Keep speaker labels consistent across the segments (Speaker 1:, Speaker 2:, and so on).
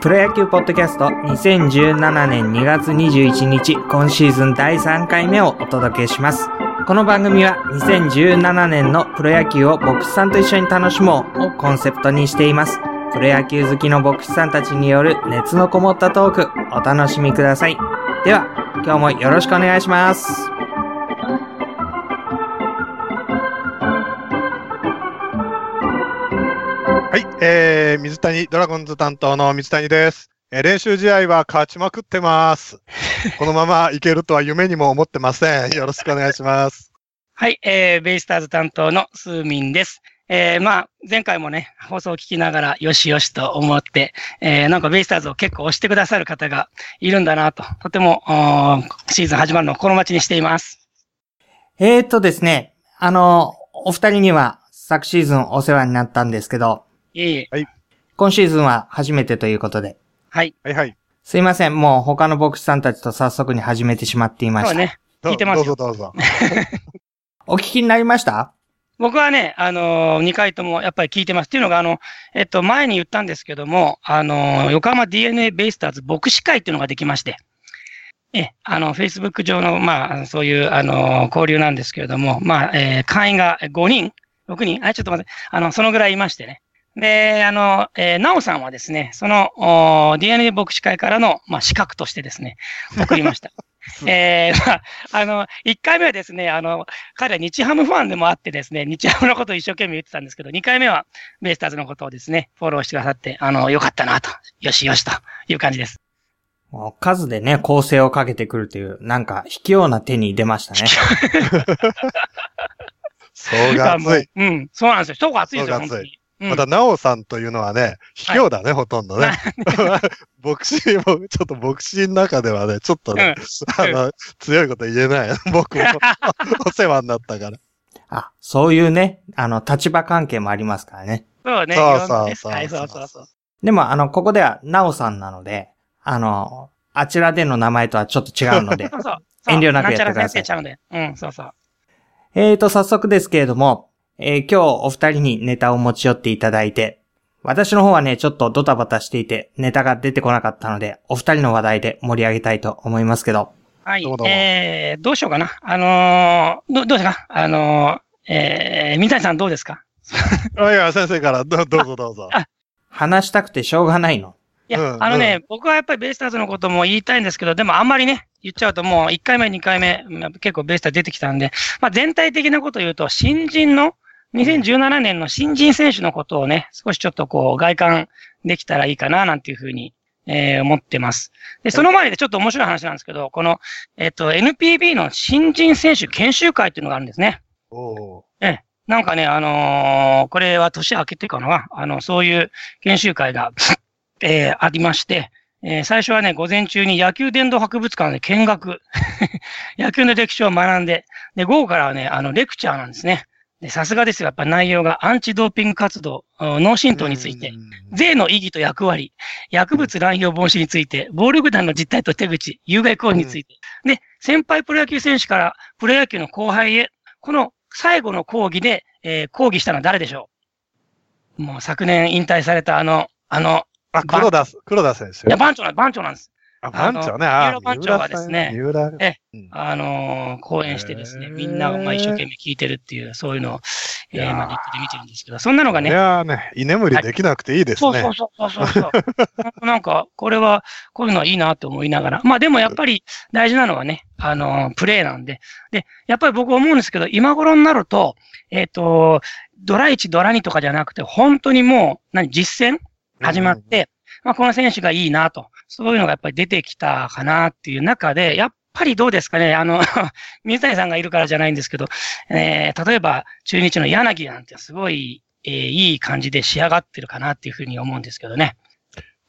Speaker 1: プロ野球ポッドキャスト2017年2月21日、今シーズン第3回目をお届けします。この番組は2017年のプロ野球を牧師さんと一緒に楽しもうをコンセプトにしています。プロ野球好きの牧師さんたちによる熱のこもったトーク、お楽しみください。では、今日もよろしくお願いします。
Speaker 2: はい、えー、水谷、ドラゴンズ担当の水谷です。えー練習試合は勝ちまくって ます。このままいけるとは夢にも思ってません。よろしくお願いします。
Speaker 3: はい、えー、ベイスターズ担当のスーミンです。えー、まあ、前回もね、放送を聞きながら、よしよしと思って、えー、なんかベイスターズを結構押してくださる方がいるんだなと、とても、あーシーズン始まるのを心待ちにしています。
Speaker 1: えーとですね、あの、お二人には昨シーズンお世話になったんですけど、
Speaker 3: いえいえ、
Speaker 1: 今シーズンは初めてということで。
Speaker 3: はい。
Speaker 2: はいはい。
Speaker 1: すいません、もう他の牧師さんたちと早速に始めてしまっていま
Speaker 3: 今日
Speaker 1: し
Speaker 3: は
Speaker 1: た。
Speaker 2: ど
Speaker 3: ね、聞いてます
Speaker 2: どうぞ
Speaker 3: よ
Speaker 2: どうぞ。
Speaker 1: お聞きになりました
Speaker 3: 僕はね、あのー、2回ともやっぱり聞いてます。っていうのが、あの、えっと、前に言ったんですけども、あのー、横浜 DNA ベイスターズ牧師会っていうのができまして、え、あの、Facebook 上の、まあ、そういう、あのー、交流なんですけれども、まあ、えー会員が5人、6人、あ、ちょっと待って、あの、そのぐらいいましてね。で、あの、えー、なおさんはですね、その、おー DNA 牧師会からの、まあ、資格としてですね、送りました。えー、まあ、あの、1回目はですね、あの、彼は日ハムファンでもあってですね、日ハムのことを一生懸命言ってたんですけど、2回目はベイスターズのことをですね、フォローしてくださって、あの、よかったなと、よしよしという感じです。
Speaker 1: もう数でね、構成をかけてくるという、なんか卑怯な手に出ましたね。
Speaker 2: そうが
Speaker 3: も
Speaker 2: 熱
Speaker 3: う
Speaker 2: い。
Speaker 3: うん、そうなんですよ。人が熱いですよ、
Speaker 2: そう
Speaker 3: 本
Speaker 2: が
Speaker 3: 当
Speaker 2: 熱
Speaker 3: に。うん
Speaker 2: また、なおさんというのはね、卑怯だね、ほとんどね。 牧師も、ちょっと牧師の中ではね、ちょっとね、あの、強いこと言えない。 僕もお世話になった から。
Speaker 1: あ、そういうね、あの、立場関係もありますからね。
Speaker 3: そうね。
Speaker 2: そうそう
Speaker 3: いろんなね
Speaker 2: そう
Speaker 3: はい、
Speaker 2: そ
Speaker 3: そううそうそう。
Speaker 1: でも、あの、ここでは、なおさんなので、あの、あちらでの名前とはちょっと違う ので
Speaker 3: そ。うそう。
Speaker 1: 遠慮なくやってください
Speaker 3: んちゃら先生ちゃうんで。うん、そうそう。
Speaker 1: えーと、早速ですけれども、えー今日お二人にネタを持ち寄っていただいて、私の方はね、ちょっとドタバタしていて、ネタが出てこなかったので、お二人の話題で盛り上げたいと思いますけど、
Speaker 3: はい
Speaker 2: どうもどう。も
Speaker 3: えー、どうしようかな。あのー、ど、どうですかあのー、えー、三谷さんどうですか
Speaker 2: あいや、先生からどどうぞどうぞ。
Speaker 1: 話したくてしょうがないの。
Speaker 3: いや、
Speaker 2: うん
Speaker 3: あのね、僕はやっぱりベイスターズのことも言いたいんですけど、でもあんまりね、言っちゃうともう1回目、2回目、まあ結構ベイスターズ出てきたんで、まあ全体的なことを言うと、新人の、2017年の新人選手のことをね、少しちょっとこう、外観できたらいいかな、なんていうふうに、えー思ってます。で、その前でちょっと面白い話なんですけど、この、えっと、NPB の新人選手研修会っていうのがあるんですね。
Speaker 2: おう
Speaker 3: なんかね、あのーこれは年明けてかな、あの、そういう研修会が、えーありまして、えー最初はね、午前中に野球殿堂博物館で見学、 野球の歴史を学んで、で、午後からはね、あの、レクチャーなんですね。で、さすがですよ。やっぱ内容がアンチドーピング活動、うん脳震盪について
Speaker 2: う、ん
Speaker 3: 税の意義と役割、薬物乱用防止について、暴力団の実態と手口、有害行為について。で、先輩プロ野球選手からプロ野球の後輩へ、この最後の講義で、えー講義したのは誰でしょうもう昨年引退されたあの、あの、
Speaker 2: あ、黒田、黒田選手
Speaker 3: いや、。番長なん番長なんです。
Speaker 2: あ、番長ね。
Speaker 3: あ
Speaker 2: あ
Speaker 3: の三浦番長がですね
Speaker 2: 三浦さん三浦
Speaker 3: え
Speaker 2: うん
Speaker 3: あのー講演してですね、
Speaker 2: へー
Speaker 3: みんながまあ一生懸命聞いてるっていう、そういうのを、
Speaker 2: い
Speaker 3: えー
Speaker 2: やー
Speaker 3: まあネットで見てるんですけど、そんなのがね
Speaker 2: い、やーね、居眠りできなくていいですね。
Speaker 3: そうそうそうそうそう。 なんか、これは、こういうのはいいなって思いながら。まあでもやっぱり大事なのはね、あのープレイなんで。で、やっぱり僕思うんですけど、今頃になると、えっ、と、ドラ1、ドラ2とかじゃなくて、本当にもう、何、実践始まって、まあこの選手がいいなと。そういうのがやっぱり出てきたかなっていう中で、やっぱりどうですかね、あの、 水谷さんがいるからじゃないんですけど、えー例えば中日の柳なんてすごい、えーいい感じで仕上がってるかなっていうふうに思うんですけどね。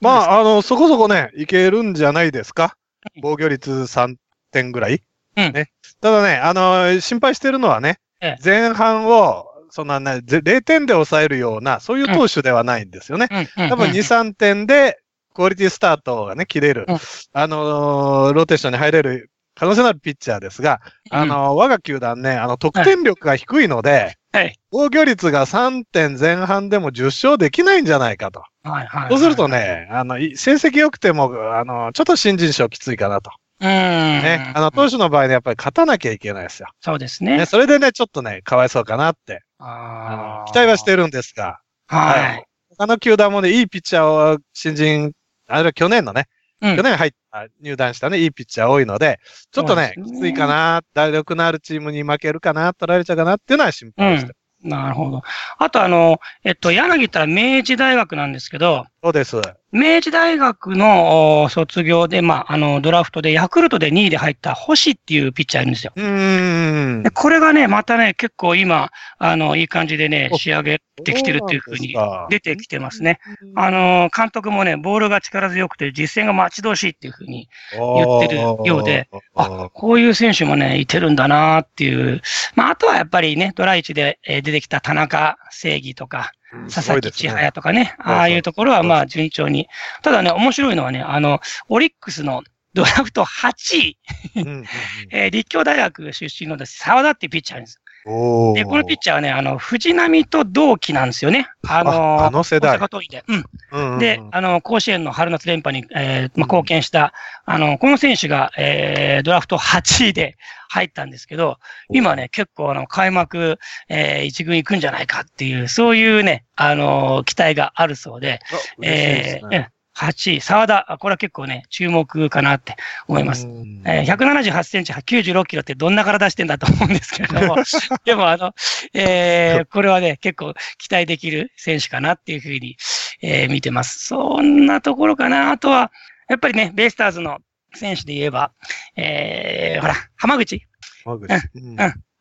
Speaker 2: まあ、あの、そこそこね、いけるんじゃないですか
Speaker 3: うん。
Speaker 2: 防御率3点ぐらい。
Speaker 3: うん
Speaker 2: ね。ただね、あの、心配してるのはね
Speaker 3: ええ、
Speaker 2: 前半を、そんなね、ぜ0点で抑えるような、そういう投手ではないんですよね。
Speaker 3: うんうんうん
Speaker 2: 多分2、3点で、クオリティスタートがね、切れる
Speaker 3: うん、
Speaker 2: あのーローテーションに入れる可能性のあるピッチャーですが、あのー我が球団ね、あの、得点力が低いので、
Speaker 3: はい
Speaker 2: 防御率が3点前半でも10勝できないんじゃないかと。
Speaker 3: はいはいはい
Speaker 2: そうすると、ね、あの、い成績良くても、あの、ちょっと新人賞きついかなと。
Speaker 3: うん。
Speaker 2: ね。あの、投手の場合ね、やっぱり勝たなきゃいけないですよ。
Speaker 3: そうです
Speaker 2: ね、
Speaker 3: ね。
Speaker 2: それでね、ちょっとね、かわいそうかなって、あ
Speaker 3: あ
Speaker 2: の
Speaker 3: ー
Speaker 2: 期待はしてるんですが、
Speaker 3: はい。
Speaker 2: 他の球団もね、いいピッチャーを、新人、あれは去年のね、
Speaker 3: うん
Speaker 2: 去年入った、入団したね、いいピッチャー多いので、ちょっとね、
Speaker 3: そう
Speaker 2: き
Speaker 3: ですね
Speaker 2: ついかな、打力のあるチームに負けるかな、取られちゃうかなっていうのは心配してる。
Speaker 3: なるほど。あとあの、えっと、柳ったら明治大学なんですけど、
Speaker 2: そうです。
Speaker 3: 明治大学のお卒業で、まあ、あの、ドラフトで、ヤクルトで2位で入った星っていうピッチャーいるんですよ。
Speaker 2: うーん
Speaker 3: で。これがね、またね、結構今、あの、いい感じでね、仕上げてきてるっていうふうに
Speaker 2: そうなんで
Speaker 3: 出てきてますね。
Speaker 2: すか
Speaker 3: あの、監督もね、ボールが力強くて、実践が待ち遠しいっていうふうに、言ってるようで、あ、こういう選手もね、いてるんだなっていう。まあ、あとはやっぱりね、ドラ1でえー出てきた田中正義とか、佐々木千
Speaker 2: ね
Speaker 3: 早とかね、
Speaker 2: そう
Speaker 3: ああいうところはまあ順調に。ただね、面白いのはね、あの、オリックスのドラフト8位、
Speaker 2: うんうんうん
Speaker 3: えー立教大学出身のです沢田っていうピッチャーなんです。
Speaker 2: おー
Speaker 3: で、このピッチャーはね、あの、藤波と同期なんですよね。あの
Speaker 2: ああの世代
Speaker 3: 大阪桐蔭で。うん。
Speaker 2: うんうんうん
Speaker 3: で、あの、甲子園の春夏連覇に、えーまあ、貢献した、あの、この選手が、えードラフト8位で入ったんですけど、今ね、結構、あの、開幕、えー一軍行くんじゃないかっていう、そういうね、あの、期待があるそうで、
Speaker 2: あ嬉しいで
Speaker 3: え
Speaker 2: す
Speaker 3: ー
Speaker 2: ね
Speaker 3: うん8位、沢田、あこれは結構ね、注目かなって思います。
Speaker 2: うん
Speaker 3: えー178センチ、96キロってどんな体してんだと思うんですけれど も、でもあの、えーこれはね、結構期待できる選手かなっていうふうに、えー見てます。そんなところかな。あとは、やっぱりね、ベイスターズの選手で言えば、えーほら、浜口、
Speaker 2: 浜口うん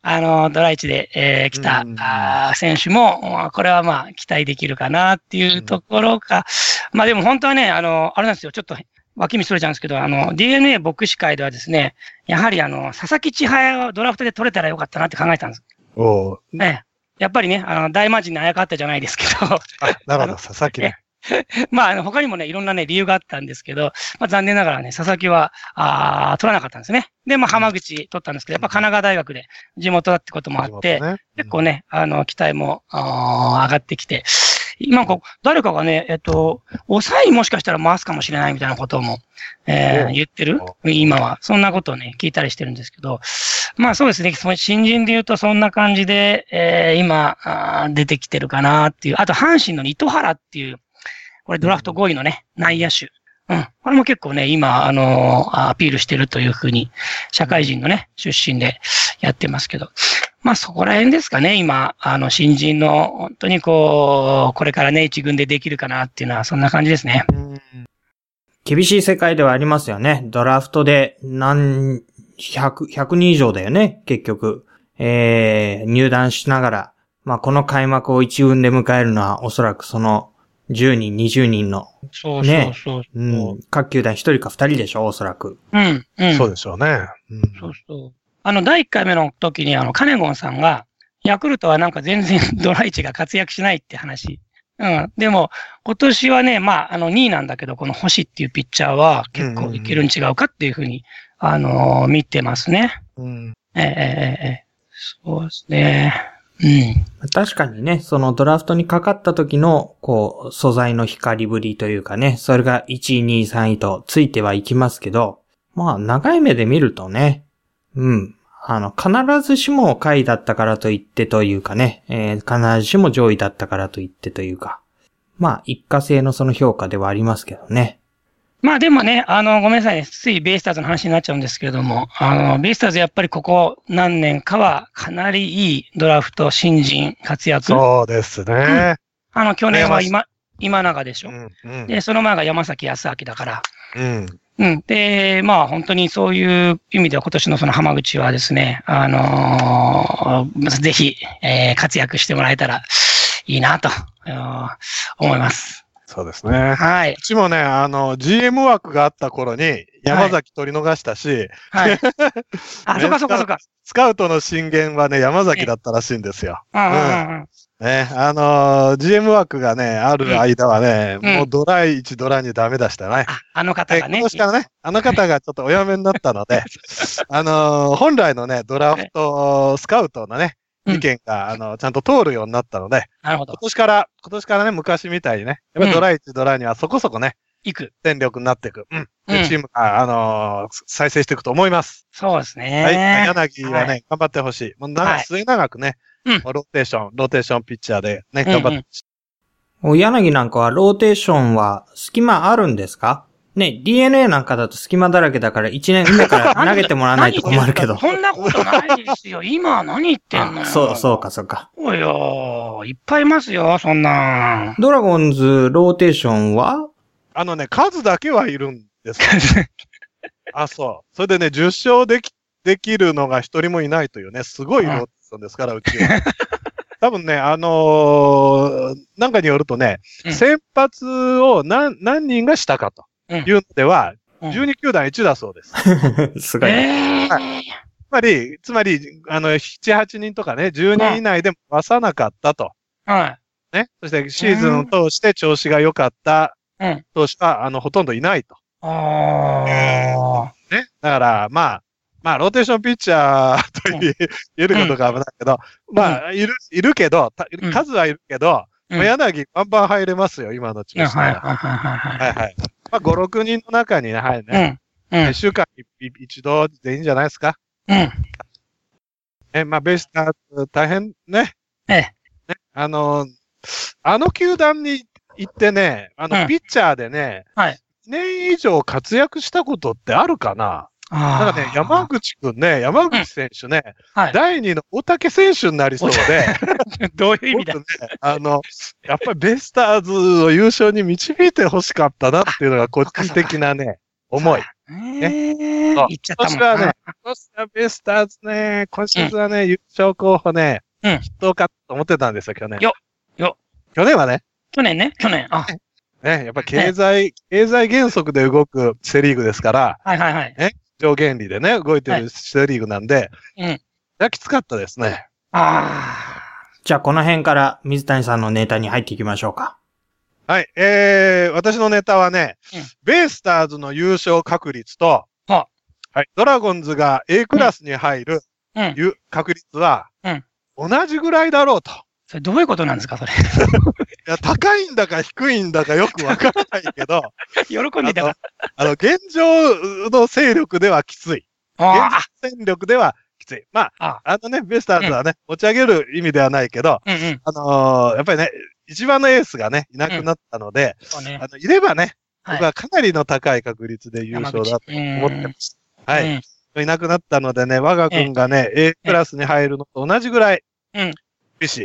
Speaker 3: あの、ドライチで、えー来た、
Speaker 2: うん
Speaker 3: あー選手も、まあこれはまあ、期待できるかなっていうところか。まあでも本当はね、あの、あれなんですよ、ちょっと、脇見それちゃうんですけど、あの、DNA 牧師会ではですね、やはりあの、佐々木千早をドラフトで取れたらよかったなって考えたんです。
Speaker 2: おー
Speaker 3: ね、やっぱりね、あの、大魔人にあやかったじゃないですけど、
Speaker 2: あ、なるほど、佐々木ね。
Speaker 3: まあ、あの、他にもね、いろんなね、理由があったんですけど、まあ、残念ながらね、佐々木は、ああ、取らなかったんですね。で、まあ、浜口取ったんですけど、やっぱ神奈川大学で地元だってこともあって、
Speaker 2: ね
Speaker 3: 結構。ね、あの、期待も、あー上がってきて、今こう、誰かがね、えっと、抑えにもしかしたら回すかもしれないみたいなことも、え
Speaker 2: おう
Speaker 3: ー、言ってる今は。そんなことをね、聞いたりしてるんですけど、まあそうですね、その新人で言うとそんな感じで、えー、今、あー出てきてるかなっていう。あと、阪神の糸原っていう、これドラフト5位のね、内野手。うん。これも結構ね、今、あのーアピールしてるというふうに、社会人のね、出身でやってますけど。まあそこら辺ですかね、今、あの、新人の、本当にこう、これからね、一軍でできるかなっていうのは、そんな感じですね。
Speaker 2: うんうん
Speaker 1: 厳しい世界ではありますよね。ドラフトで何、100、100人以上だよね、結局。えー、入団しながら。まあ、この開幕を一軍で迎えるのはおそらくその10人、20人の、
Speaker 3: そう
Speaker 1: う
Speaker 3: そ
Speaker 1: そうう
Speaker 3: そう。
Speaker 1: う
Speaker 2: お
Speaker 1: ん、各球団1人か2人でしょ、おそらく。
Speaker 3: うん、うん。
Speaker 2: そうでしょうね。うん
Speaker 3: そうそう。あの、第1回目の時に、あの、カネゴンさんが、ヤクルトはなんか全然 ドライチが活躍しないって話。うん。でも、今年はね、まあ、あの、2位なんだけど、この星っていうピッチャーは結構いけるに違うかっていうふうに、あのー見てますね。
Speaker 2: うん
Speaker 3: ええええええそうですね。うん。
Speaker 1: 確かにね、そのドラフトにかかった時の、こう、素材の光りぶりというかね、それが1位、2位、3位とついてはいきますけど、まあ、長い目で見るとね、うん。あの、必ずしも下位だったからといってというかね、えー必ずしも上位だったからといってというか、まあ、一過性のその評価ではありますけどね。
Speaker 3: まあでもね、あの、ごめんなさいね。ついベイスターズの話になっちゃうんですけれども、あの、ベイスターズやっぱりここ何年かはかなりいいドラフト、新人、活躍。
Speaker 2: そうですね。
Speaker 3: あの、去年は今、今永でし
Speaker 2: う
Speaker 3: ょ。
Speaker 2: んうん
Speaker 3: で、その前が山崎康明だから。
Speaker 2: うん
Speaker 3: うん。で、まあ本当にそういう意味では今年のその浜口はですね、あのーぜひ、えー活躍してもらえたらいいなと、えー思います。
Speaker 2: そうですね。
Speaker 3: はい。
Speaker 2: うちもね、あの、GM 枠があった頃に、山崎取り逃したし、
Speaker 3: はい。あ、そうかそうかそうか。
Speaker 2: スカウトの進言はね、山崎だったらしいんですよ。
Speaker 3: うんうんうんうん。
Speaker 2: ね、あのー GM 枠がね、ある間はね、
Speaker 3: うん
Speaker 2: もうドライ1、ドラ2ダメ出したね。
Speaker 3: あ、あの方
Speaker 2: え
Speaker 3: が
Speaker 2: 今
Speaker 3: ね。
Speaker 2: 年からね、あの方がちょっとお 辞めになったので、あのー本来のね、ドラフト、スカウトのね、意見が、あの、ちゃんと通るようになったので、
Speaker 3: なるほど
Speaker 2: 今。年から、今年からね、昔みたいにね、やっぱりドラ1、ドラ2はそこそこね、
Speaker 3: 行く。
Speaker 2: 戦力になっていく。うん。
Speaker 3: う
Speaker 2: でチ
Speaker 3: ん。
Speaker 2: ームが、あのー再生していくと思います。
Speaker 3: そうです
Speaker 2: はい。
Speaker 3: ね。
Speaker 2: 柳はね、
Speaker 3: は
Speaker 2: 頑張ってほしい。もう長、
Speaker 3: はい
Speaker 2: 末長くね、
Speaker 3: うん
Speaker 2: ローテーション、ローテーションピッチャーでね、
Speaker 3: うんう
Speaker 2: 頑
Speaker 3: ん
Speaker 2: 張ってほしい。
Speaker 1: お柳なんかはローテーションは隙間あるんですかね、DNA なんかだと隙間だらけだから1年目から投げてもらわないと困るけど。
Speaker 3: そんなことないですよ。今何言ってんの
Speaker 1: あ
Speaker 3: よ。
Speaker 1: そう、そうか、そうか。
Speaker 3: そうよ。いっぱいいますよ、そ んなん。
Speaker 1: ドラゴンズローテーションは
Speaker 2: あのね、数だけはいるんです よあ、そう。それでね、10勝でき、できるのが一人もいないというね、すごいローテーションです から、うちは。多分ね、あのーなんかによるとね、
Speaker 3: うん
Speaker 2: 先発を何、何人がしたかというのでは、
Speaker 3: うん
Speaker 2: 12球団1だそうです。
Speaker 1: すごい。
Speaker 3: え
Speaker 2: は
Speaker 3: ー
Speaker 2: つまり、つまり、あの、7、8人とかね、10
Speaker 3: うん
Speaker 2: 人以内でも出さなかったと。
Speaker 3: は
Speaker 2: ね。そして、シーズンを通して調子が良かった
Speaker 3: い。うん。
Speaker 2: 投手は、あの、ほとんどいないと。
Speaker 3: あ
Speaker 2: ね。だから、まあ、まあ、ローテーションピッチャーと言え言えるかどうか危ないけど、まあ、いる、いるけど、た
Speaker 3: うん
Speaker 2: 数はいるけど、
Speaker 3: うん
Speaker 2: まあ柳、バンバン入れますよ、今の
Speaker 3: ー。
Speaker 2: 調
Speaker 3: はい
Speaker 2: 子な
Speaker 3: はい
Speaker 2: ら。
Speaker 3: はいは
Speaker 2: はいはい。まあ、5、6人の中にね、はい
Speaker 3: いは
Speaker 2: ね。
Speaker 3: い。うん。うん
Speaker 2: 1。週間にい一度でいいんじゃないですか。
Speaker 3: うん。
Speaker 2: ね、まあ、ベイスターズ大変ね。
Speaker 3: ええ。
Speaker 2: あの、あの球団に行ってね、あ
Speaker 3: うん
Speaker 2: の、ピッチャーでね、
Speaker 3: はい
Speaker 2: 年以上活躍したことってあるかなな
Speaker 3: あ
Speaker 2: んかね、山口くんね、山口選手ね、
Speaker 3: はい
Speaker 2: 第2の大竹選手になりそうで、
Speaker 3: ー。どういう意味だ
Speaker 2: 僕ね、あの、やっぱりベイスターズを優勝に導いてほしかったなっていうのが個人的なね、思い。
Speaker 3: えー
Speaker 2: そう
Speaker 3: 言っちゃった
Speaker 2: 今年
Speaker 3: もん
Speaker 2: はね今年はベイスターズね、今シーズンはね、優勝候補ね、
Speaker 3: うん
Speaker 2: 筆頭かと思ってたんですよ、去年。
Speaker 3: よよ
Speaker 2: 去年はね、
Speaker 3: 去年ね、去年。あ、
Speaker 2: ね、やっぱ経済、経済原則で動くセリーグですから、
Speaker 3: はいはいはい。
Speaker 2: 上原理でね、動いてるセリーグなんで、
Speaker 3: うん。
Speaker 2: やきつかったですね。
Speaker 3: あ
Speaker 1: じゃあこの辺から水谷さんのネタに入っていきましょうか。
Speaker 2: はい、えー、私のネタはね、
Speaker 3: うん
Speaker 2: ベイスターズの優勝確率と、
Speaker 3: は
Speaker 2: はい、ドラゴンズが A クラスに入る、
Speaker 3: あ。うん。
Speaker 2: いう確率は、
Speaker 3: うん
Speaker 2: 同じぐらいだろうと。
Speaker 3: それどういうことなんですか、それ。
Speaker 2: いや、高いんだか低いんだかよくわからないけ ど、
Speaker 3: 喜んでいたから。
Speaker 2: あの、現状の勢力ではきつい。
Speaker 3: ああ。
Speaker 2: 現実戦力ではきつい。ま
Speaker 3: あ
Speaker 2: あ、あのね、ベイスターズはね、持ち上げる意味ではないけど、
Speaker 3: うんうん。
Speaker 2: あのーやっぱりね、一番のエースがね、いなくなったので、
Speaker 3: そうね。
Speaker 2: あの、いればね、
Speaker 3: はい
Speaker 2: 僕はかなりの高い確率で優
Speaker 3: 山
Speaker 2: 勝
Speaker 3: 口
Speaker 2: だと思ってました。は
Speaker 3: う
Speaker 2: い。
Speaker 3: ん
Speaker 2: いなくなったのでね、我が君がね、A クラスに入るのと同じぐらい、
Speaker 3: うん
Speaker 2: 厳しい。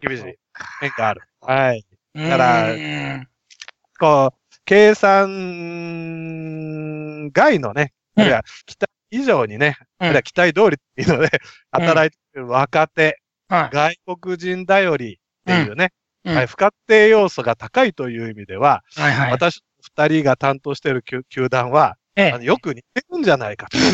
Speaker 2: 厳しい。変化ある。はい。
Speaker 3: うん。
Speaker 2: だから
Speaker 3: うん
Speaker 2: こう、計算外のね、
Speaker 3: う
Speaker 2: あ
Speaker 3: ん
Speaker 2: るいは期待以上にね、
Speaker 3: う
Speaker 2: あ
Speaker 3: ん
Speaker 2: るいは期待通りっていうので、
Speaker 3: うん
Speaker 2: 働いてる若手、
Speaker 3: はい。
Speaker 2: 外国人頼りっていうね、
Speaker 3: うん
Speaker 2: はい不確定要素が高いという意味では、
Speaker 3: はいはい。
Speaker 2: 私二人が担当している球球団は、
Speaker 3: ええ
Speaker 2: あのよく似てるんじゃないかと。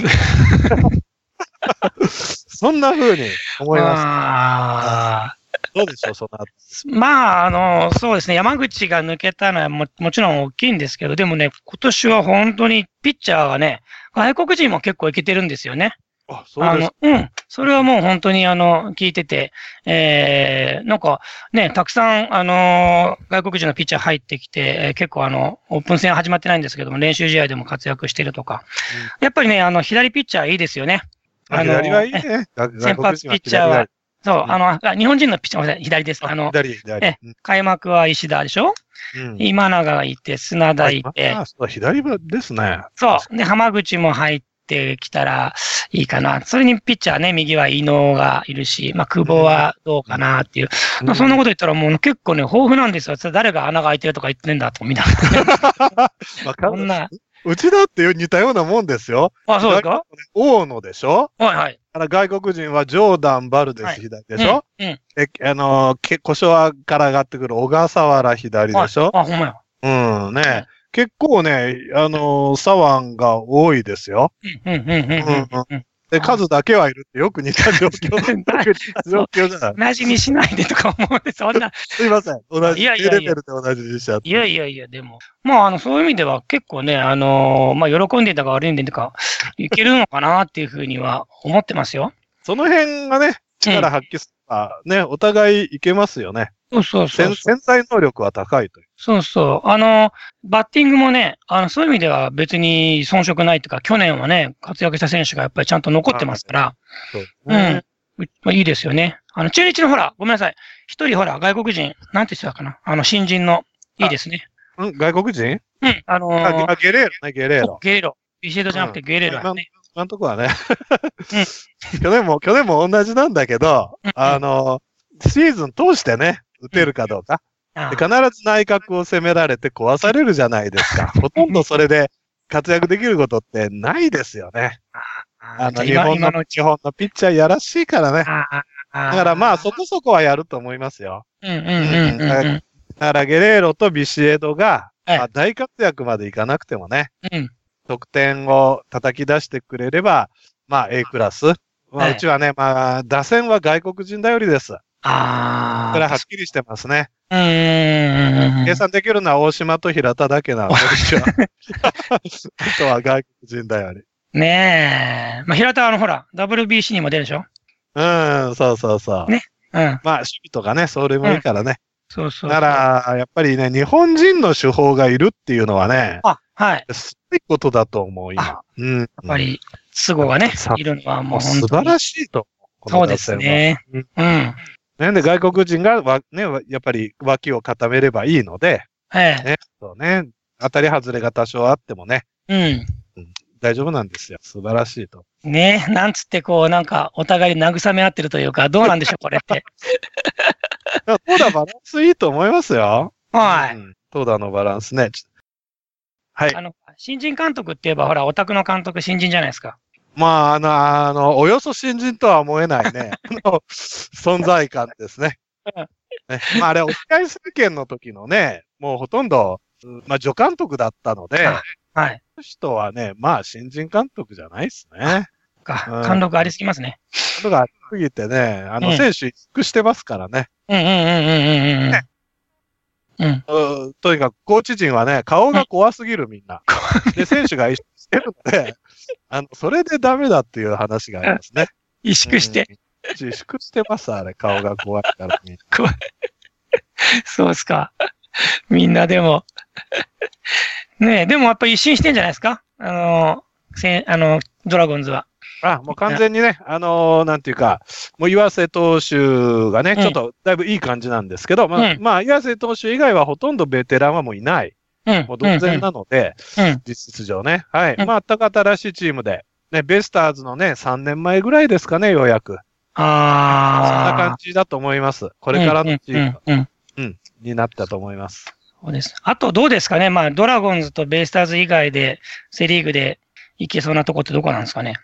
Speaker 2: そんな風に思います。
Speaker 3: あ
Speaker 2: どうでしょう、その後。
Speaker 3: ーまあ、あの、そうですね、山口が抜けたのはももちろん大きいんですけど、でもね、今年は本当にピッチャーがね、外国人も結構いけてるんですよね。
Speaker 2: あ、そう
Speaker 3: あ
Speaker 2: です
Speaker 3: の、うん。それはもう本当にあの、聞いてて、えー、なんかね、たくさんあのー外国人のピッチャー入ってきて、えー結構あの、オープン戦は始まってないんですけども、練習試合でも活躍してるとか。やっぱりね、あの、左ピッチャーいいですよね。
Speaker 2: か。
Speaker 3: あの
Speaker 2: 左はいいね。
Speaker 3: 先発ピッチャーは、そう、あの、あ日本人のピッチャー、ごめんなさい左です。あ
Speaker 2: あ
Speaker 3: の
Speaker 2: の、、左、左。
Speaker 3: え開幕は石田でしょ
Speaker 2: うんうん
Speaker 3: 今永がいて、砂田いて
Speaker 2: あ、、そう左はですね。
Speaker 3: そう。で、浜口も入ってきたらいいかな。それにピッチャーね、右は伊野がいるし、まあ、久保はどうかなっていう。まあ、 そんなこと言ったらもう結構ね、豊富なんですよ。それ誰が穴が開いてるとか言ってんだと、みたいな。
Speaker 2: と。わか
Speaker 3: こ
Speaker 2: ん
Speaker 3: ん
Speaker 2: ない。
Speaker 3: な。
Speaker 2: うちだって似たようなもんですよ。
Speaker 3: あ、そうですか
Speaker 2: 大野でしょ
Speaker 3: はいはい。
Speaker 2: あの外国人はジョーダン・バルデ
Speaker 3: はい
Speaker 2: ス左でしょ、
Speaker 3: うんうん
Speaker 2: え、あのー、け、故障から上がってくる小笠原左でしょ、
Speaker 3: あ、ほんまや。
Speaker 2: うん、ね。結構ね、あのー、左腕が多いですよ。
Speaker 3: うん、うん、うん、うんうんうん。
Speaker 2: で、
Speaker 3: あ
Speaker 2: 数だけはいるってよく似た状 況。よく似た 状況じゃない。
Speaker 3: 同じにしないでとか思うんで、そんな。
Speaker 2: すいません。同じ、
Speaker 3: いやいやいや
Speaker 2: レベルで同じにしちゃって。
Speaker 3: いやいやいや、でも、まあ、あの、そういう意味では結構ね、あのまあ、喜んでたか悪いんでたか、いけるのかなっていうふうには思ってますよ。
Speaker 2: その辺がね、力発揮すれば、ね、お互いいけますよね。
Speaker 3: そうそうそ
Speaker 2: 潜
Speaker 3: うそう。
Speaker 2: 潜在能力は高いという。
Speaker 3: そうそう。あの、バッティングもね、あの、そういう意味では別に遜色ないというか、去年はね、活躍した選手がやっぱりちゃんと残ってますから、
Speaker 2: そう
Speaker 3: うん。まあ、いいですよね。あの、中日のほら、ごめんなさい。一人ほら、外国人、なんて人だかな。あの、新人の、いいですね。
Speaker 2: うん外国人
Speaker 3: うん。あの
Speaker 2: あ
Speaker 3: ー
Speaker 2: あ、ゲレーロね、ゲレーロ。
Speaker 3: ゲレーロ。ビシエドじゃなくてゲレーロだね。
Speaker 2: 今のとこはね。 去年も、去年も同じなんだけど
Speaker 3: うん、
Speaker 2: あの、シーズン通してね、打てるかどうか。
Speaker 3: あ
Speaker 2: で必ず内角を攻められて壊されるじゃないです か。ほとんどそれで活躍できることってないですよね。
Speaker 3: あ
Speaker 2: あの、
Speaker 3: ー
Speaker 2: 日
Speaker 3: 今
Speaker 2: 本
Speaker 3: 今
Speaker 2: の、
Speaker 3: のう
Speaker 2: 日本のピッチャーやらしいからね。
Speaker 3: あー
Speaker 2: だからまあ、
Speaker 3: ー
Speaker 2: そこそこはやると思いますよ。
Speaker 3: うんうんうんうんうん。
Speaker 2: だからゲレーロとビシエドが、
Speaker 3: はい
Speaker 2: まあ大活躍までいかなくてもね、
Speaker 3: うん
Speaker 2: 得点を叩き出してくれれば、まあ A クラス。ま
Speaker 3: は
Speaker 2: あ、
Speaker 3: いう
Speaker 2: ちはね、まあ、打線は外国人頼りです。こ
Speaker 3: ああ。
Speaker 2: れははっきりしてますね。
Speaker 3: うんうんうんうん
Speaker 2: 計算できるのは大島と平田だけ なの、うちは。あとは外国人頼り。
Speaker 3: ねえ。まあ、平田はあの、ほら、WBC にも出るでしょ
Speaker 2: うん、そうそうそう。
Speaker 3: ねうん。
Speaker 2: まあ、守備とかね、走塁もいいからね。
Speaker 3: そうそう。
Speaker 2: な、ら、やっぱりね、日本人の手法がいるっていうのはね、
Speaker 3: あ、はい。
Speaker 2: すごいことだと思う、今
Speaker 3: あ。
Speaker 2: うん。やっ
Speaker 3: やっぱ、り、都合がね
Speaker 2: さ、
Speaker 3: いるのはも
Speaker 2: も
Speaker 3: う
Speaker 2: う
Speaker 3: 本当に
Speaker 2: 素晴らしいと思う。この
Speaker 3: そうですね。
Speaker 2: 打
Speaker 3: うん。え
Speaker 2: ね、で、外国人がわ、ね、わやっぱり脇を固めればいいので、
Speaker 3: え。
Speaker 2: ね、そうね、当たり外れが多少あってもね、大丈夫なんですよ。素晴らしいと。
Speaker 3: うん。ねえ、なんつってこう、なんか、お互いに慰め合ってるというか、どうなんでしょ う、これって。
Speaker 2: いや投打バランスいいと思いますよ。
Speaker 3: は
Speaker 2: う
Speaker 3: い。
Speaker 2: ん。投打のバランスね。ちはい
Speaker 3: あ。の、新人監督って言えば、ほら、オタクの監督新人じゃないですか。
Speaker 2: まあ、あの、あの、およそ新人とは思えない ね、あの存在感ですね。
Speaker 3: うん
Speaker 2: ねまあ、あれ、沖合政権の時のね、もうほとんど、うんまあ、助監督だったので、
Speaker 3: あはい。
Speaker 2: この人はね、まあ、新人監督じゃないですね。う
Speaker 3: か
Speaker 2: ん、
Speaker 3: 貫禄ありすぎますね。
Speaker 2: とがありすぎてね、あ
Speaker 3: う
Speaker 2: の、
Speaker 3: ん
Speaker 2: 選手、くしてますからね。
Speaker 3: うんうんうんうんうんうん。うん。
Speaker 2: うんとにかく、コーチ陣はね、顔が怖すぎる、みん な。で、選手が一緒にしてるので、あの、それでダメだっていう話がありますね。
Speaker 3: 萎縮して。
Speaker 2: うん。自粛してます、あれ、顔が怖いから、 みんな
Speaker 3: そうっすか。みんなでも。ねえ、でもやっぱり一新してんじゃないですかあの、せあの、ドラゴンズは。
Speaker 2: あ、もう完全にね、あのーなんていうか、もう岩瀬投手がね、
Speaker 3: うん
Speaker 2: ちょっとだいぶいい感じなんですけど、まあ、
Speaker 3: うん
Speaker 2: まあ、岩瀬投手以外はほとんどベテランはもういない。
Speaker 3: うん。
Speaker 2: もう同然なので、
Speaker 3: うんうんうん
Speaker 2: 実質上ね。はい。
Speaker 3: うん
Speaker 2: まあ、全く新しいチームで、ね、ベイスターズのね、3年前ぐらいですかね、ようやく。そんな
Speaker 3: ああ。
Speaker 2: 感じだと思います。これからのチーム
Speaker 3: うんうんうんうん
Speaker 2: になったと思います。
Speaker 3: そうです。あとどうですかねまあ、ドラゴンズとベイスターズ以外で、セリーグで行けそうなとこってどこなんですかね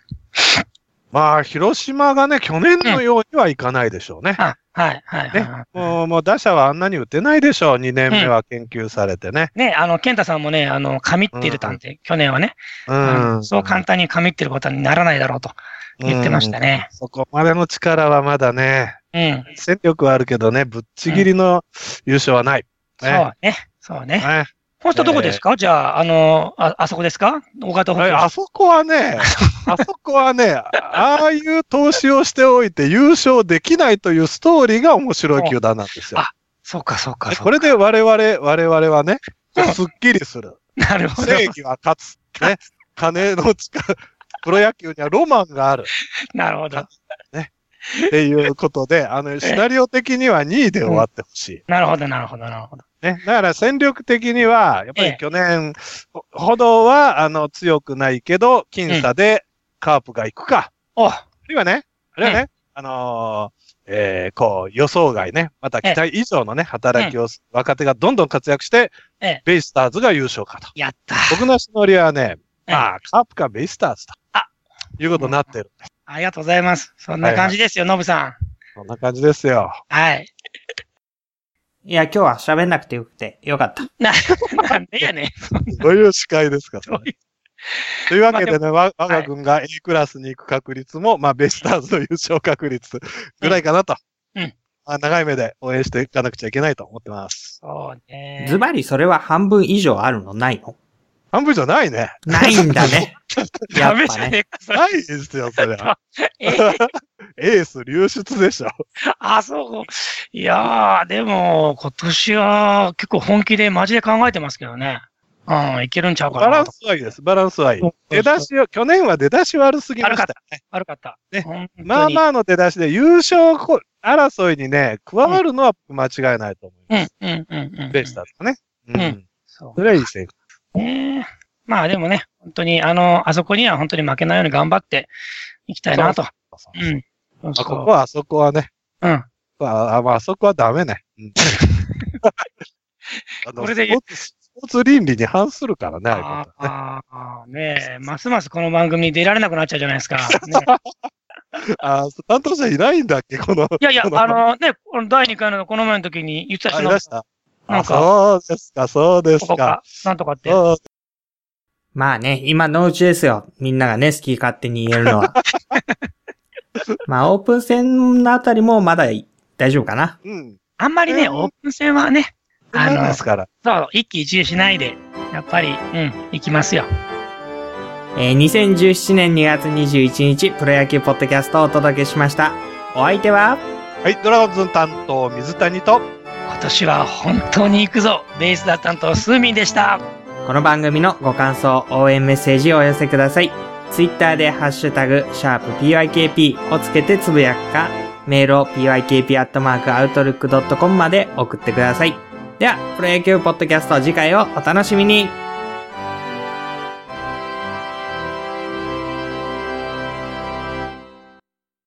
Speaker 2: まあ、広島がね、去年のようにはいかないでしょうね。
Speaker 3: あ、はい、はい、はいはい。
Speaker 2: もう、もう打者はあんなに打てないでしょう。2年目は研究されてね。
Speaker 3: ね、あの、健太さんもね、あの、神って言ってたんで、去年はね、
Speaker 2: う
Speaker 3: あ
Speaker 2: ん。
Speaker 3: のそう簡単に神ってることにならないだろうと言ってましたね。
Speaker 2: そこまでの力はまだね、
Speaker 3: うん。
Speaker 2: 戦力はあるけどね、ぶっちぎりの優勝はない。
Speaker 3: そう
Speaker 2: ね
Speaker 3: ね。そうね。
Speaker 2: ね
Speaker 3: 本当どこですか、じゃあ、あの、あ、あそこですか大方
Speaker 2: あれあそこはね、あそこはね、ああいう投資をしておいて優勝できないというストーリーが面白い球団なんですよ
Speaker 3: あ。そうか、そうか、そうか
Speaker 2: これで我々、我々はね、
Speaker 3: うん
Speaker 2: すっきりする。
Speaker 3: なるほど。
Speaker 2: 正義は勝つ。ね。金の力、プロ野球にはロマンがある。
Speaker 3: なるほど。
Speaker 2: っていうことで、あの、シナリオ的には2位で終わってほしい。
Speaker 3: なるほど、なるほど、なるほど。
Speaker 2: ね、だから戦力的には、やっぱ
Speaker 3: え
Speaker 2: り
Speaker 3: え
Speaker 2: 去年ほほどは、あの、強くないけど、僅差でカープが行くか。
Speaker 3: お、
Speaker 2: あるいはね、あるいはね、あのーえーこう、予想外ね、また期待以上のね、働きをす、若手がどんどん活躍して、
Speaker 3: ええ
Speaker 2: ベイスターズが優勝かと。
Speaker 3: やった。
Speaker 2: 僕のシナリオはね、
Speaker 3: ええ
Speaker 2: まあ、カープかベイスターズと。
Speaker 3: あ
Speaker 2: いうことになってる。
Speaker 3: ありがとうございます。そんな感じですよ、ノブさん。
Speaker 2: そんな感じですよ。
Speaker 3: はい。
Speaker 1: いや、今日は喋んなくてよくてよかった。
Speaker 3: な、なんで やねん。
Speaker 2: どういう司会ですか、それ
Speaker 3: そ
Speaker 2: と
Speaker 3: ういう
Speaker 2: いうわけでね、わ我
Speaker 3: はい
Speaker 2: が軍が A クラスに行く確率も、まあ、ベイスターズの優勝確率ぐらいかなと。
Speaker 3: うん
Speaker 2: まあ、長い目で応援していかなくちゃいけないと思ってます。
Speaker 3: そうね。
Speaker 1: ズバリそれは半分以上あるのないの
Speaker 2: 半分じゃないね。
Speaker 1: ないんだ ね。や
Speaker 3: ダ
Speaker 1: っ
Speaker 3: メじ
Speaker 1: ぱ
Speaker 3: ゃ
Speaker 1: ね。
Speaker 3: ねえか、 それ。
Speaker 2: ないですよ、それは。
Speaker 3: え
Speaker 2: エース流出でしょ。
Speaker 3: あ、そう。いやー、でも、今年は結構本気でマジで考えてますけどね。うん、いけるんちゃうか
Speaker 2: バラ
Speaker 3: な
Speaker 2: ン。スはいいです。バランスはいい
Speaker 3: そうそう。そう
Speaker 2: 出だしを、去年は出だし悪すぎま
Speaker 3: 悪
Speaker 2: し
Speaker 3: かったた。。悪かった。
Speaker 2: ね
Speaker 3: 本当に
Speaker 2: まあまあの出だしで優勝こ争いにね、加わるのは間違いないと思います。
Speaker 3: うん、うん、うんうん。
Speaker 2: ベイスターズがね。うんん。
Speaker 3: そ
Speaker 2: それはいい成果。
Speaker 3: うね。まあでもね、本当に、あの、あそこには本当に負けないように頑張っていきたいなと。うん。そう
Speaker 2: ま
Speaker 3: そ
Speaker 2: あ
Speaker 3: う
Speaker 2: ここは、あそこはね。
Speaker 3: うん。
Speaker 2: ああまあ、あそこはダメね。うんあの
Speaker 3: これで
Speaker 2: スポーツスポーツ倫理に反するからね、ああいうこと
Speaker 3: あ
Speaker 2: は
Speaker 3: ーあー、ねえ、ますますこの番組に出られなくなっちゃうじゃないで すか。ね
Speaker 2: あー、担当者いないんだっけ、この。
Speaker 3: いやいや、
Speaker 2: こ
Speaker 3: あのね、この第2回のこの前の時に言ってた
Speaker 2: あ
Speaker 3: 人
Speaker 2: い
Speaker 3: の
Speaker 2: ら、した。
Speaker 3: な
Speaker 2: あ
Speaker 3: んか、
Speaker 2: そうですか、そうです
Speaker 3: ここ
Speaker 2: か
Speaker 3: か。、なんとかって。
Speaker 2: そう
Speaker 1: まあね、今のうちですよ。みんながね、好き勝手に言えるの は。まあ、オープン戦のあたりもまだい大丈夫かな。
Speaker 2: うん。
Speaker 3: あんまりね、
Speaker 2: うん
Speaker 3: オープン戦はね、あ
Speaker 2: あの、
Speaker 3: の
Speaker 2: です、から。
Speaker 3: そう、一喜一憂しないで、やっぱり、うん、行きますよ。
Speaker 1: えー2017年2月21日、プロ野球ポッドキャストをお届けしました。お相手は、
Speaker 2: はい、ドラゴンズの担当、水谷と、
Speaker 3: 今年は本当に行くぞベースだ担当、スーミンでした。
Speaker 1: この番組のご感想、応援メッセージをお寄せください。ツイッターでハッシュタグ、シャープ PYKP をつけてつぶやくか、メールを pykp.outlook.com まで送ってください。では、プロ野球ポッドキャスト次回をお楽しみに